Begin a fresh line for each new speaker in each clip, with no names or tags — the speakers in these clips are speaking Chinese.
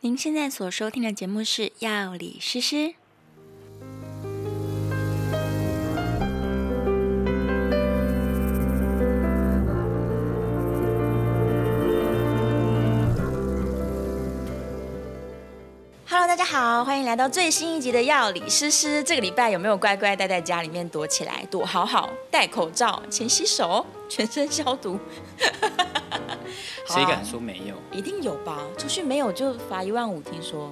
您现在所收听的节目是《药理诗诗》。Hello，大家好，欢迎来到最新一集的《药理诗诗》。这个礼拜有没有乖乖待在家里面躲起来，躲好好，戴口罩，勤洗手，全身消毒？好啊
谁敢说没有？
一定有吧？出去没有就罚一万五，听说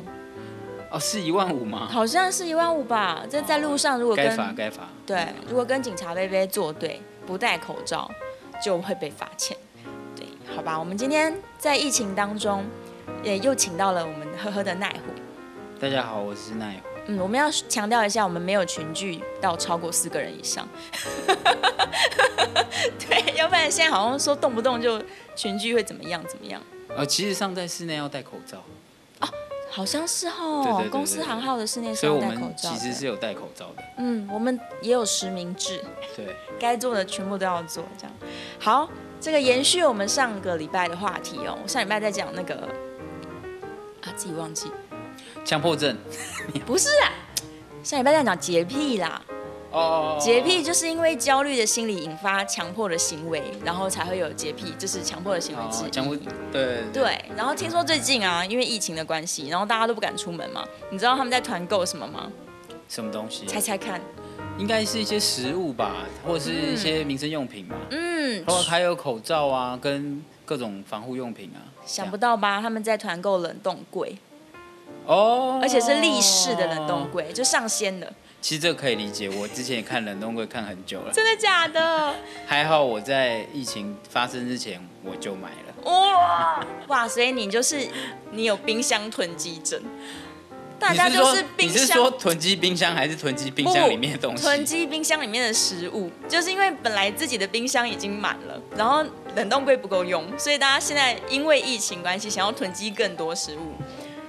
哦，是一万五吗？
好像是一万五吧。这在路上如果
该
跟、
罚该罚。
对，如果跟警察贝贝作对，不戴口罩就会被罚钱。对，好吧，我们今天在疫情当中，也又请到了我们呵呵的奈虎。
大家好，我是奈虎。
嗯，我们要强调一下，我们没有群聚到超过四个人以上。 对，要不然现在好像说动不动就群聚会怎么样怎么样，
呃，其实上在室内要戴口罩，
好像是哦，
对对对对
公司行号的室内是
所以
要
我
戴口
们
罩的。
其实是有戴口罩的。
嗯，我们也有实名制，
对，
该做的全部都要做，这样。好，这个延续我们上个礼拜的话题哦，我上礼拜在讲那个啊，自己忘记，
强迫症。
不是啊，上礼拜在讲洁癖啦。
哦。
洁癖。就是因为焦虑的心理引发强迫的行为，然后才会有洁癖，就是强迫的行为之
哦
一。，
强迫。对。
对，然后听说最近啊，因为疫情的关系，然后大家都不敢出门嘛。你知道他们在团购什么吗？
什么东西？
猜猜看。
应该是一些食物吧，或者是一些民生用品吧。
嗯
然，后还有口罩啊，跟各种防护用品啊。
想不到吧？他们在团购冷冻柜，
哦。
而且是立式的冷冻。柜，就上鲜的。
其实这个可以理解，我之前也看冷冻柜看很久了。
真的假的？
还好我在疫情发生之前我就买了。
哇哇！所以你就是你有冰箱囤积症，大
你
家就
说
是冰
你是
箱
说囤积冰箱还是囤积冰
不
箱里面的东 西？
囤积冰箱里面的食物，就是因为本来自己的冰箱已经满了，然后冷冻柜不够用，所以大家现在因为疫情关系想要囤积更多食物，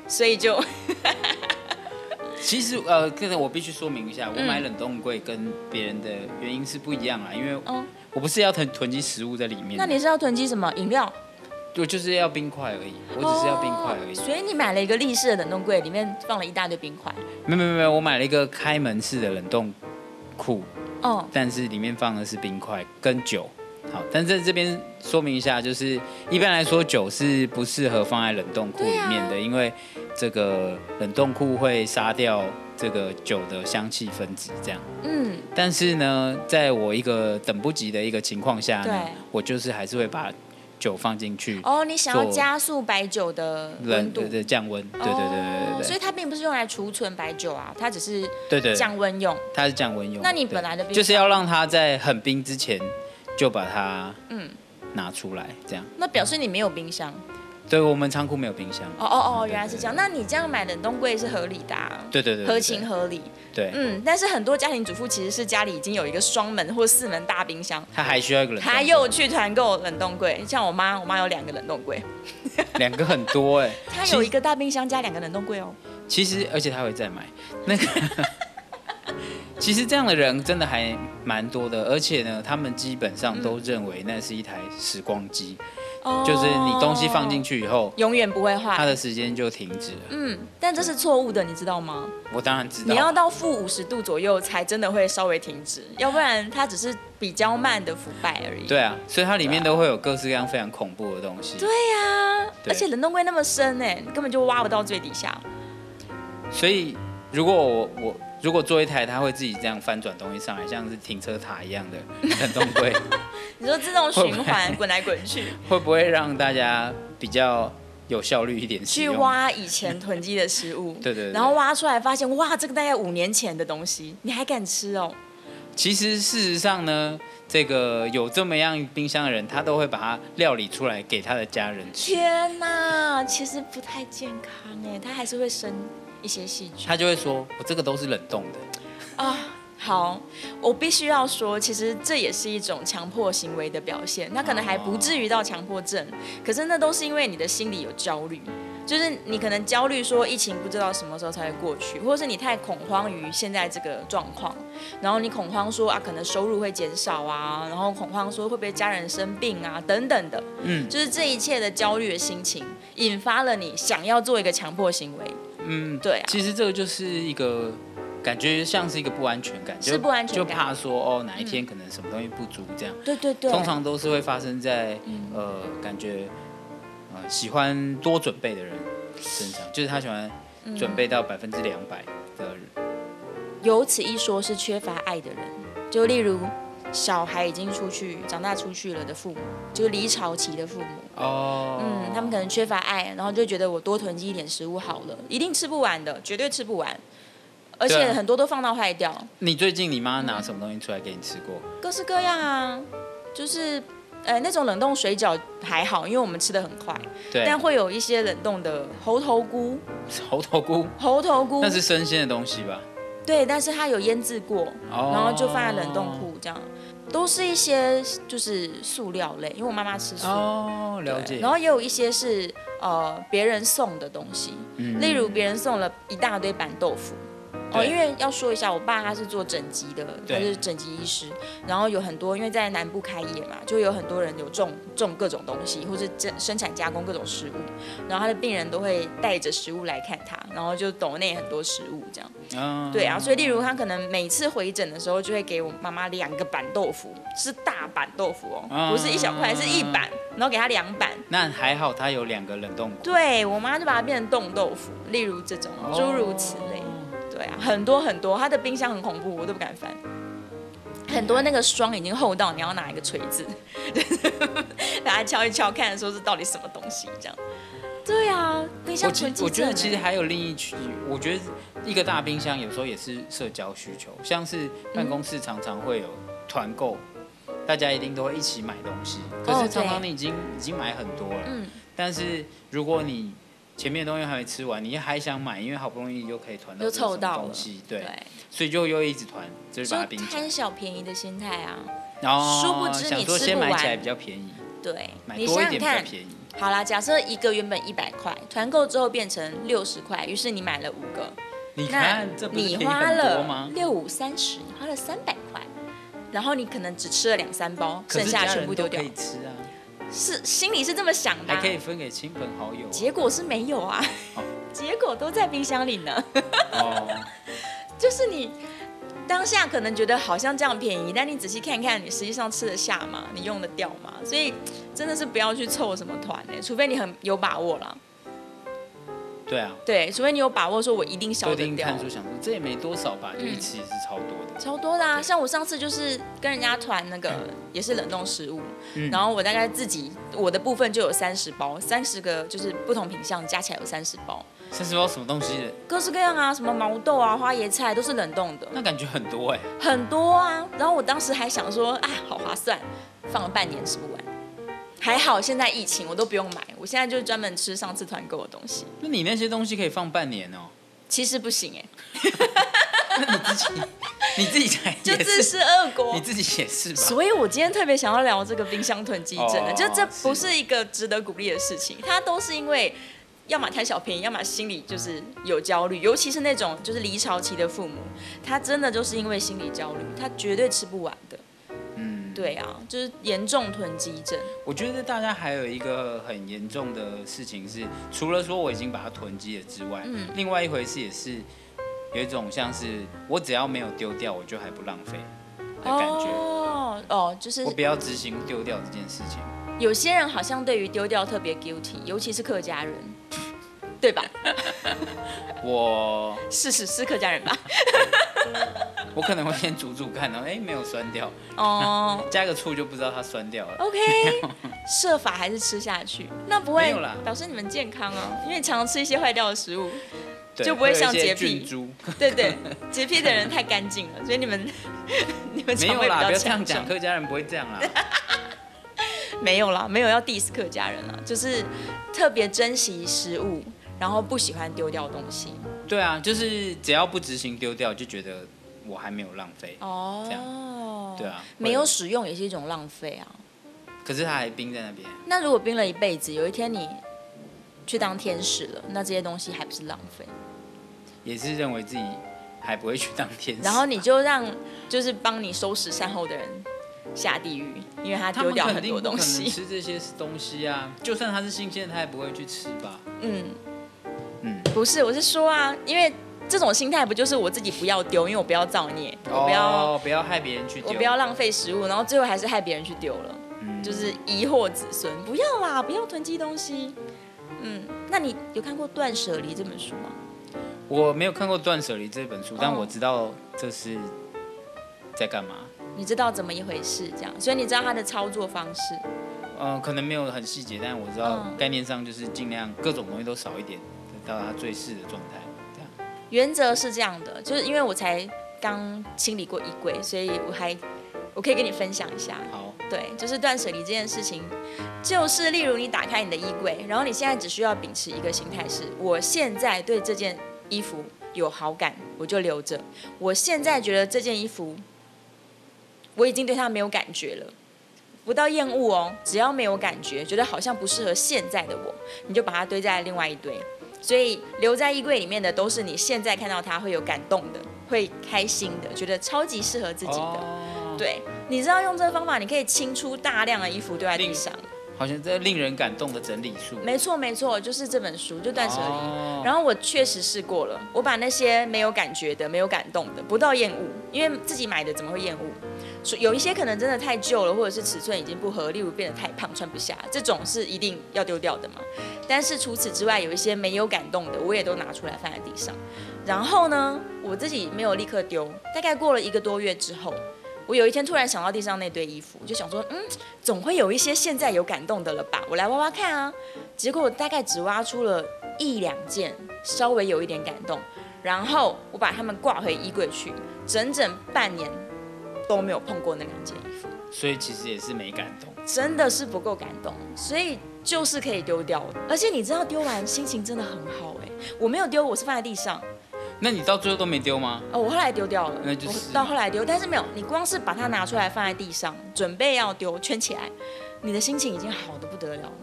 所以就
其实呃，可能我必须说明一下，
嗯
我买冷冻柜跟别人的原因是不一样啊，因为
嗯，
我不是要囤囤积食物在里面，
那你是要囤积什么饮料？
我就是要冰块而已，我只是要冰块而已。
哦所以你买了一个立式的冷冻柜，里面放了一大堆冰块。
没有没有没有，我买了一个开门式的冷冻库，
哦，
但是里面放的是冰块跟酒。好，但在这边说明一下，就是一般来说酒是不适合放在冷冻库里面的，
对啊
因为这个冷冻库会杀掉这个酒的香气分子，这样。
嗯，
但是呢，在我一个等不及的一个情况下呢
对，
我就是还是会把酒放进去
哦，你想要
做
加速白酒的
冷
温度
对？对降温，对对对
哦
对
所
对
以它并不是用来储存白酒啊，它只是
对对对，
降温用。
它是降温用。
那你
对
本来的冰
就是要让它在很冰之前就把它
嗯
拿出来，这样。
那表示你没有冰箱。
对我们仓库没有冰箱。
哦哦哦，原来是这样。那你这样买冷冻柜是合理的、啊，
对对对，对
合情。合理。
对，对
嗯，但是很多家庭主妇其实是家里已经有一个双门或四门大冰箱，
它还需要一个冷冻。
她又去团购冷冻柜。像我妈，我妈有两个冷冻柜，
两个很多哎，
她
其
有一个大冰箱加两个冷冻柜哦。
其实而且他会再买那个。 其实这样的人真的还蛮多的，而且呢，他们基本上都认为那是一台时光机，
哦
就是你东西放进
去，
去以后，
哦永远不会
它
坏。
的时间就停止了。
嗯，但这是错误的，你知道吗？
我当然知道，
你要到负五十度左右才真的会稍微停止，要不然它只是比较慢的腐败而已。
对啊，所以它里面都会有各式各样非常恐怖的东西。
对啊呀、
对
而且冷冻柜那么深哎，你根本就挖不到最底下。
所以如果我我如果做一台它会自己这样翻转东西上来，像是停车塔一样的冷 冻柜，
你说自动循环滚来滚去，
会 不会让大家比较有效率一点使
去
用？
挖以前囤积的食物，
对对对
然后挖出来发现，哇，这个大概五年前的东西，你还敢吃哦？
其实事实上呢，这个有这么样冰箱的人，他都会把它料理出来给他的家人吃，
天哪，其实不太健欸康哎，它还是会生一些细菌
他就会说：“我这个都是冷冻的。
啊。好，我必须要说，其实这也是一种强迫行为的表现。那可能还不至于到强迫症，可是那都是因为你的心里有焦虑，就是你可能焦虑说疫情不知道什么时候才会过去，或者是你太恐慌于现在这个状况，然后你恐慌说啊，可能收入会减少啊，然后恐慌说会不会家人生病啊，等等的，
嗯
就是这一切的焦虑的心情，引发了你想要做一个强迫行为。
嗯，
对啊
其实这个就是一个感觉像是一个不安全感，就是
不安全
就
感嗯
怕说哦哪一天可能什么东西不足这样。
对对对，嗯
通常都是会发生在、呃感觉呃喜欢多准备的人身上，就是他喜欢
嗯
准备到百分之两百的人。
有此一说是缺乏爱的人，就例如小孩已经出去长大出去了的父母，就离巢期的父母，
哦，
嗯，他们可能缺乏爱，然后就觉得我多囤积一点食物好了，一定吃不完的，绝对吃不完，而
对
且
啊
很多都放到坏掉，
你最近你妈拿什么东西出来给你吃过？
各式各样啊，就是。呃，那种冷冻水饺还好，因为我们吃的很快，
对，
但会有一些冷冻的猴头菇，
猴头菇，
猴头菇
那是生鲜的东西吧？
对，但是它有腌制过，
哦
然后就放在冷冻库这样，都是一些就是塑料类，因为我妈妈吃素，
哦，了
对
解。
然后也有一些是呃别人送的东西，
嗯
例如别人送了一大堆板豆腐。哦，
对
因为要说一下，我爸他是做整脊的，他
对
是整脊医师，然后有很多因为在南部开业嘛，就有很多人有种种各种东西，或是这生产加工各种食物，然后他的病人都会带着食物来看他，然后就抖内很多食物这样。
嗯
对啊，所以例如他可能每次回诊的时候，就会给我妈妈两个板豆腐，是大板豆腐哦，
啊
不是一小块，是一板，然后给他两板。
那还好，它有两个冷冻库，
对我妈就把它变成冻豆腐，例如这种
哦
诸如此类。对啊，很多很多，他的冰箱很恐怖，我都不敢翻。很多那个霜已经厚到你要拿一个锤 子，就是把它敲一敲，看说是到底什么东西这样。对啊，冰
我
箱
其
囤积
我觉
症
得其实
欸
还有另一区，我觉得一个大冰箱有时候也是社交需求，像是
嗯
办公室常常会有团购，大家一定都会一起买东西。可
哦
是常常
对
你已经已经买很多了，
嗯
但是如果你前面的东西还没吃完，你还想买，因为好不容易又可以团到
又
这个
凑
什么
到了
东西，对，
对，
所以就又一直团，就是把它
就
冰起来
贪小便宜的心态啊。
然
殊不
后
知你
想说
吃
先
不
买起
完
来比较便宜，
对，
买
你
多
想想
一点比较
看，
便宜。
好啦，假设一个原本一百块，团购之后变成六十块，于是你买了五个，
你
那
看啊这不是
你
便宜
花
很多
了
吗？
六五三十，你花了三百块，然后你可能只吃了两三包，
可
剩
是
下
家
全
人
部
都
丢掉
可以，吃啊。
是心里是这么想的
还
啊、
可以分给亲朋好友、
结果是没有啊
哦，
结果都在冰箱里呢。
哦，
就是你当下可能觉得好像这样便宜，但你仔细看看，你实际上吃得下吗？你用得掉吗？所以真的是不要去凑什么团哎、除非你很有把握啦。
对啊，
对，除非你有把握说我一定消
说不
得
定
掉
看。书想说这也没多少吧，就一吃也是超多的。
超多的啊！像我上次就是跟人家团那个也是冷冻食物，然后我大概自己我的部分就有三十包，三十个就是不同品相加起来有三十包，
三十包什么东西的，
各式各样啊，什么毛豆啊、花椰菜都是冷冻的，
那感觉很多哎、
很多啊。然后我当时还想说啊，好划算，放了半年吃不完。还好现在疫情我都不用买，我现在就专门吃上次团购的东西。
那你那些东西可以放半年 哦、
其实不行哎、
你自己才
就
也
自
是，
食恶果
你。自己也是吧？
所以我今天特别想要聊这个冰箱囤积症的，
哦
就这不是一个值得鼓励的事情，它都是因为。要么贪小便宜，要么心里就是有焦虑，尤其是那种就是离巢期的父母，他真的就是因为心理焦虑，他绝对吃不完的。
嗯，
对啊，就是严重囤积症。
我觉得大家还有一个很严重的事情是，除了说我已经把它囤积了之外，
嗯
另外一回事也是有一种像是我只要没有丢掉，我就还不浪费的感觉。
哦哦，就是
我不要执行丢掉这件事情。
有些人好像对于丢掉特别 guilty，尤其是客家 人，对吧？
我
是是是客家人吧？
我可能会先煮煮看，然后哎、没有酸掉，
哦、
加个醋就不知道它酸掉了。
OK，设法还是吃下去，那不
没
会
有啦
表示你们健康啊，因为常吃一些坏掉的食物，
对
就不会像
有一些
洁癖
菌株。
对 对，洁癖的人太干净了，所以你们 你们
没
肠
有
胃比
啦，
较
不要这样
强
讲，
壮。
客家人不会这样 啦。
没有啦，没有要 diss 客家人啦，就是特别珍惜食物，然后不喜欢丢掉东西。
对啊，就是只要不执行丢掉，就觉得我还没有浪费，
哦，
这对啊，
没有
会，
使用也是一种浪费啊。
可是它还冰在那边，
那如果冰了一辈子，有一天你去当天使了，那这些东西还不是浪费？
也是认为自己还不会去当天使，
然后你就让就是帮你收拾善后的人下地狱，因为他
他
丢
们
掉
肯
很
定
多
不可
东
能
西。
吃这些东西啊，就算它是新鲜的，他也不会去吃吧，
嗯，
嗯，
不是，我是说啊，因为这种心态不就是我自己不要丢，因为我不要造孽，我不要、
哦不要害别人去丢，
我不要浪费食物，然后最后还是害别人去丢了，
嗯，
就是疑惑子孙，不要啦，不要囤积东西。嗯，那你有看过《断舍离》这本书吗？
我没有看过《断舍离》这本书，但
哦
我知道这是在干嘛。
你知道怎么一回事，这样，所以你知道它的操作方式。
呃，可能没有很细节，但我知道
嗯
概念上就是尽量各种东西都少一点，到达最适的状态。这样
原则是这样的，就是因为我才刚清理过衣柜，所以我还我可以跟你分享一下。
好，
对，就是断舍离这件事情，就是例如你打开你的衣柜，然后你现在只需要秉持一个心态是：我现在对这件衣服有好感，我就留着；我现在觉得这件衣服，我已经对它没有感觉了，不到厌恶哦，只要没有感觉，觉得好像不适合现在的我，你就把它堆在另外一堆。所以留在衣柜里面的都是你现在看到它会有感动的，会开心的，觉得超级适合自己的。
哦，
对，你知道用这个方法，你可以清出大量的衣服丢在地上。
好像在令人感动的整理术。
没错，没错，就是这本书，就断舍离。
哦
然后我确实试过了，我把那些没有感觉的、没有感动的，不到厌恶，因为自己买的怎么会厌恶？所有一些可能真的太旧了，或者是尺寸已经不合，例如变得太胖穿不下，这种是一定要丢掉的嘛。但是除此之外，有一些没有感动的，我也都拿出来放在地上。然后呢，我自己没有立刻丢，大概过了一个多月之后，我有一天突然想到地上那堆衣服，就想说，嗯，总会有一些现在有感动的了吧，我来挖挖看啊。结果我大概只挖出了一两件，稍微有一点感动，然后我把它们挂回衣柜去，整整半年都没有碰过那两件衣服，
所以其实也是没感动。
真的是不够感动，所以就是可以丢掉。而且你知道丢完心情真的很好哎、我没有丢，我是放在地上，
那你到最后都没丢吗？
哦，我后来丢掉了，
那就
我
是
到后来丢，但是没有，你光是把它拿出来放在地上，准备要丢，圈起来，你的心情已经好的不得了了。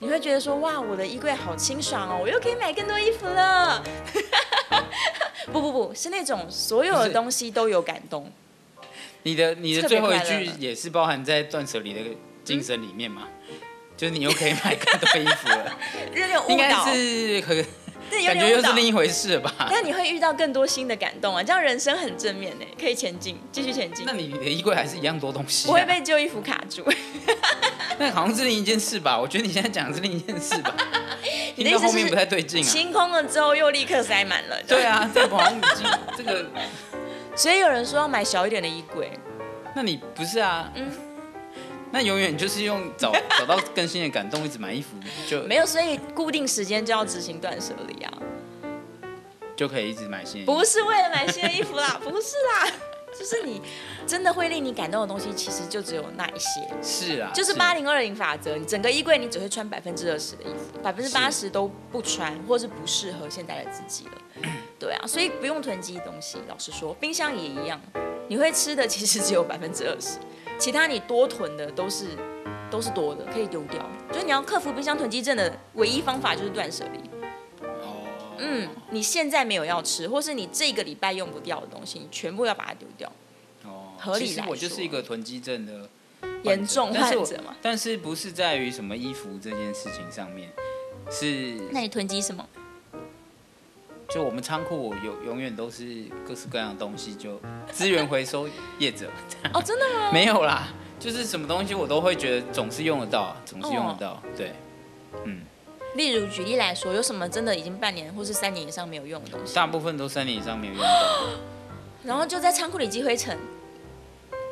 你会觉得说，哇，我的衣柜好清爽哦，我又可以买更多衣服 了。不不不，是那种所有
不
的
是
东西都有感动，
你的你的
特
最
别
后一
快乐
句
了
也是包含在断舍离的精神里面嘛？就是你又可以买更多衣 服了，
有点
应
误
该
导，
是可
对，有
感觉
点
又
误
是
导。
另一回事了吧？
但你会遇到更多新的感动啊，这样人生很正面呢，欸可以前进，继续前进
那。你的衣柜还是一样多东西、啊，
不会被旧衣服卡住。
那好像是另一件事吧？我觉得你现在讲的是另一件事 吧？
你
听
的意
到
思
后面
是
不太对劲啊？
清空了之后又立刻塞满了，
对啊，这好像已经 这个，
所以有人说要买小一点的衣柜，
那你不是啊？
嗯
那永远就是用 找找到更新的感动，一直买衣服就
没有，所以固定时间就要执行断舍离啊，
就可以一直买新的衣服。
不是为了买新的衣服啦，不是啦，就是你真的会令你感动的东西，其实就只有那一些，
是啊，
就是八零二零法则，你整个衣柜你只会穿百分之二十的衣服，百分之八十都不穿，或是不适合现在的自己了。对啊，所以不用囤积东西。老实说，冰箱也一样，你会吃的其实只有百分之二十，其他你多囤的都是都是多的，可以丢掉。就是你要克服冰箱囤积症的唯一方法就是断舍离。
哦，
嗯，你现在没有要吃，或是你这个礼拜用不掉的东西，你全部要把它丢掉。
哦，
合理
其实
来
我就是
说
一个囤积症的患者
严重
但是我
患者嘛
但是不是在于什么衣服这件事情上面，是
那你囤积什 么？
就我们仓库我有永远都是各式各样的东西，就资源回收业者
哦，真的吗？
没有啦，就是什么东西我都会觉得总是用得到，总是用得
哦
到，对，嗯，
例如举例来说，有什么真的已经半年或是三年以上没有用的东西，
大部分都三年以上没有用到，
然后就在仓库里积灰尘。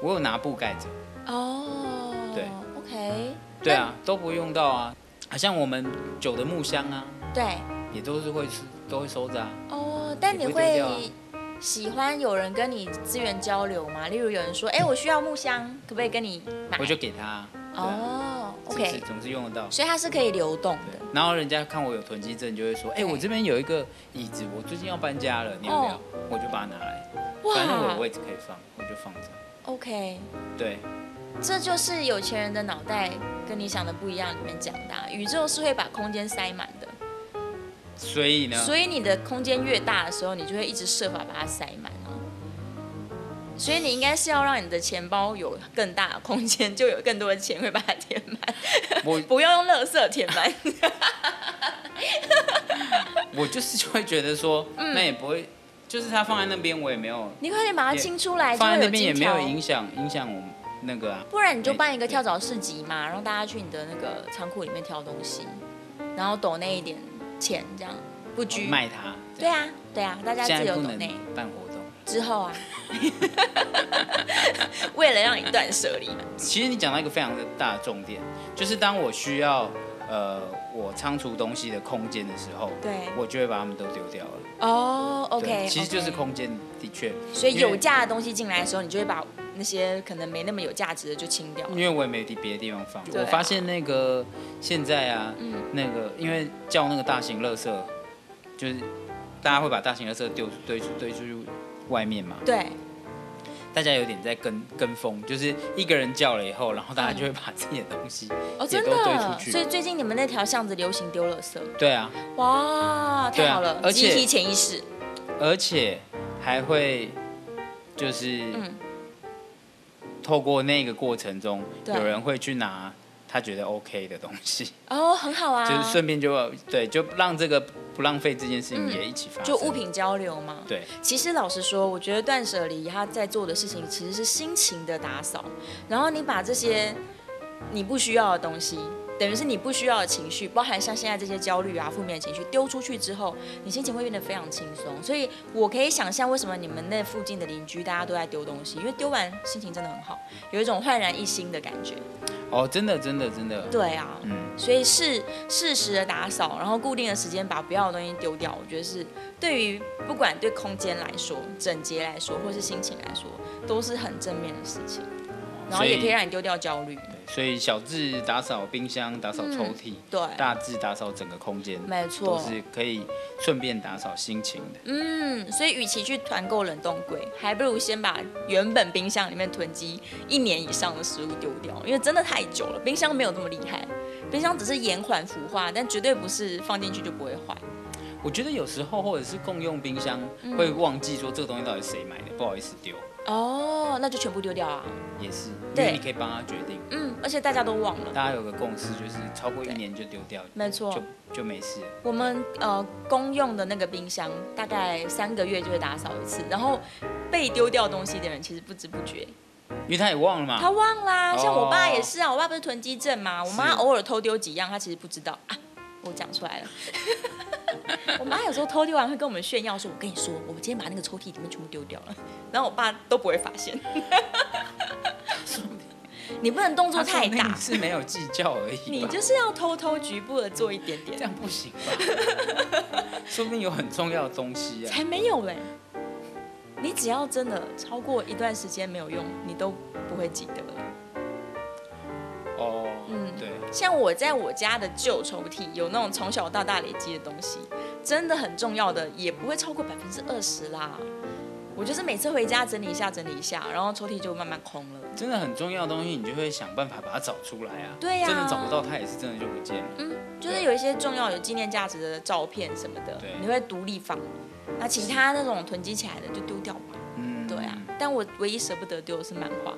我有拿布盖着，
哦，
对
，OK，
对啊，都不用到啊，好像我们酒的木箱啊，
对，
也都是会收都会收着啊，
哦，但你
也不会丢
会
掉啊
喜欢有人跟你资源交流吗？例如有人说，哎、我需要木箱，可不可以跟你买？
我就给他啊，对啊
哦，
是不
OK
是总是用得到。
所以它是可以流动的。
然后人家看我有囤积症，就会说：“哎、我这边有一个椅子，我最近要搬家了，你要不要？”
哦
我就把它拿来，反正我
哇
有位置可以放，我就放着。
，OK，
对，
这就是有钱人的脑袋跟你想的不一样。里面讲的啊、宇宙是会把空间塞满的，
所以呢，
所以你的空间越大的时候，你就会一直设法把它塞满啊。所以你应该是要让你的钱包有更大的空间，就有更多的钱会把它填 满，
我
不要用垃圾填 满。
我就是会觉得说，
嗯
那也不会，就是它放在那边，我也没有
你快点把它清出来，就
放
会
在
有
那边也
金
没有
条。
影响影响我们那个啊。
不然你就办一个跳蚤市集嘛，让大家去你的那个仓库里面挑东西，然后抖那一点钱，这样不拘。
卖它。
对啊，对啊，大家自
现在
由
不
抖
能
内
办活动。
之后 啊，为了让你断舍离，
其实你讲到一个非常的大的重点，就是当我需要呃我仓储东西的空间的时候，
对
我就会把它们都丢掉了。
哦，OK，,
对其实就是。
o
空间的确，
k 所以
因为
有价的东西进来的时候，你就会把那些可能没那么有价值的就清掉了
因为我也没地别的地方放。
对啊嗯
我发现那个现在啊，那个因为叫那个大型垃圾，就是大家会把大型垃圾丢堆出堆出去外面嘛，
对，
大家有点在跟跟风，就是一个人叫了以后，然后
嗯
大家就会把自己的东西，
哦，
也
真
都堆出
的。
去
所以最近你们那条巷子流行丢垃圾，
对啊，
哇，
对
太
啊
好了，
而
集
且
体潜意识，
而且还会就是
嗯
透过那个过程中，
对
有人会去拿他觉得 OK 的东西，
哦，很好啊，
就是顺便就对，就让这个不浪费这件事情
嗯
也一起发生，
就物品交流嘛。
对，
其实老实说，我觉得断舍离他在做的事情其实是心情的打扫，然后你把这些你不需要的东西，等于是你不需要的情绪，包含像现在这些焦虑啊、负面的情绪丢出去之后，你心情会变得非常轻松。所以我可以想象为什么你们那附近的邻居大家都在丢东西，因为丢完心情真的很好，有一种焕然一新的感觉。
哦，真的真的真的，
对啊，
嗯，
所以适适时的打扫，然后固定的时间把不要的东西丢掉，我觉得是对于不管对空间来说、整洁来说，或是心情来说，都是很正面的事情。然后
所以
也可以让你丢掉焦虑。
所以小至打扫冰箱、打扫抽屉，
对，
大至打扫整个空间，
嗯没
都
错。
是可以顺便打扫心情的。
嗯，所以与其去团购冷冻柜，还不如先把原本冰箱里面囤积一年以上的食物丢掉，因为真的太久了，冰箱没有这么厉害。冰箱只是延缓腐化，但绝对不是放进去就不会坏。
我觉得有时候或者是共用冰箱，
嗯
会忘记说这个东西到底谁买的，不好意思丢，
哦，那就全部丢掉啊。
也是，因
对
为你可以帮他决定。
嗯，而且大家都忘了。
大家有个共识，就是超过一
对
年就丢掉，
没错
就，就没事了。
我们呃公用的那个冰箱大概三个月就会打扫一次，然后被丢掉东西的人其实不知不觉，
因为他也忘了
他
嘛。
忘啦。
哦
像我爸也是啊，我爸不是囤积症嘛，我妈
是
偶尔偷丢几样，他其实不知道啊。我讲出 来了，我妈有时候偷丢完会跟我们炫耀说：“我跟你说，我今天把那个抽屉里面全部丢掉了。”然后我爸都不会发 现。你不能动作
他
太
说那
大
个，是没有计较而已吧。
你就是要偷偷局部的做一点点
这，样 不行吧？说不定有很重要的东西啊。
才没有嘞！你只要真的超过一段时间没有用，你都不会记得了。
哦，
嗯
对，
像我在我家的旧抽屉，有那种从小到大累积的东西，真的很重要的，也不会超过百分之二十啦。我就是每次回家整理一下，整理一下，然后抽屉就慢慢空了。
真的很重要的东西，你就会想办法把它找出来啊。
对呀
真的找不到，它也是真的就不见了。
嗯，就是有一些重要有纪念价值的照片什么的
对，
你会独立放。那其他那种囤积起来的就丢掉吧。
嗯，
对啊，但我唯一舍不得丢的是漫画。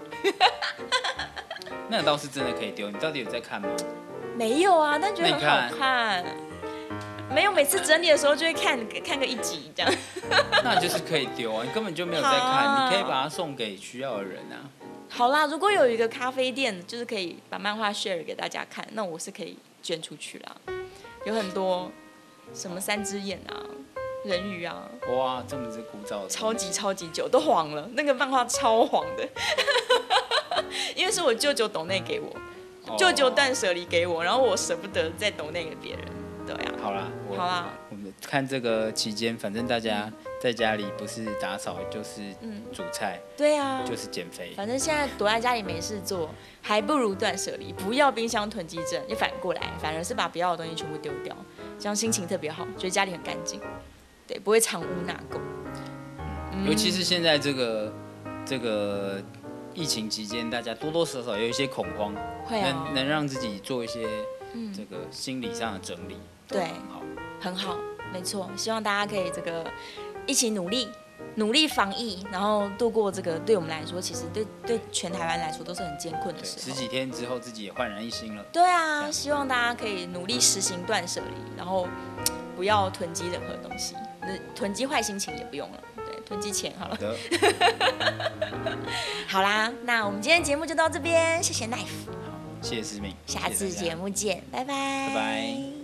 那倒是真的可以丢。你到底有在看吗？
没有啊，但觉得
那
很
你
好看。没有，每次整理的时候就会看看个一集这样。
那就是可以丢啊，你根本就没有在
好啊
看，你可以把它送给需要的人啊。
好啦，如果有一个咖啡店，就是可以把漫画 share 给大家看，那我是可以捐出去啦。有很多什么三只眼啊、人鱼啊，
哇，这么只古早的东西，
超级超级久都黄了，那个漫画超黄的。 因为是我舅舅抖内给我，
哦
舅舅断舍离给我，然后我舍不得再抖内给别人。对啊，
好啦，我
好啦，
我们看这个期间，反正大家在家里不是打扫就是
嗯
煮菜，
对啊，
就是减肥。
反正现在躲在家里没事做，还不如断舍离，不要冰箱囤积症，也反过来，反而是把不要的东西全部丢掉，这样心情特别好，觉得家里很干净，对，不会藏污纳垢。
尤
嗯
其是现在这个这个疫情期间，大家多多少少有一些恐慌，
会啊
能，能让自己做一些
嗯
这个心理上的整理，
对
很好。
很好，没错，希望大家可以这个一起努力，努力防疫，然后度过这个对我们来说，其实对对全台湾来说都是很艰困的
对，
时
十
候。
几天之后自己也焕然一 新了。
对啊，希望大家可以努力实行断舍离，然后不要囤积任何东西，那囤积坏心情也不用了，对，囤积钱好了
好。的，
好啦，那我们今天节目就到这边，谢谢 Knife，
好，谢谢思敏，
下次
谢谢大家
节目见，拜拜，
拜拜。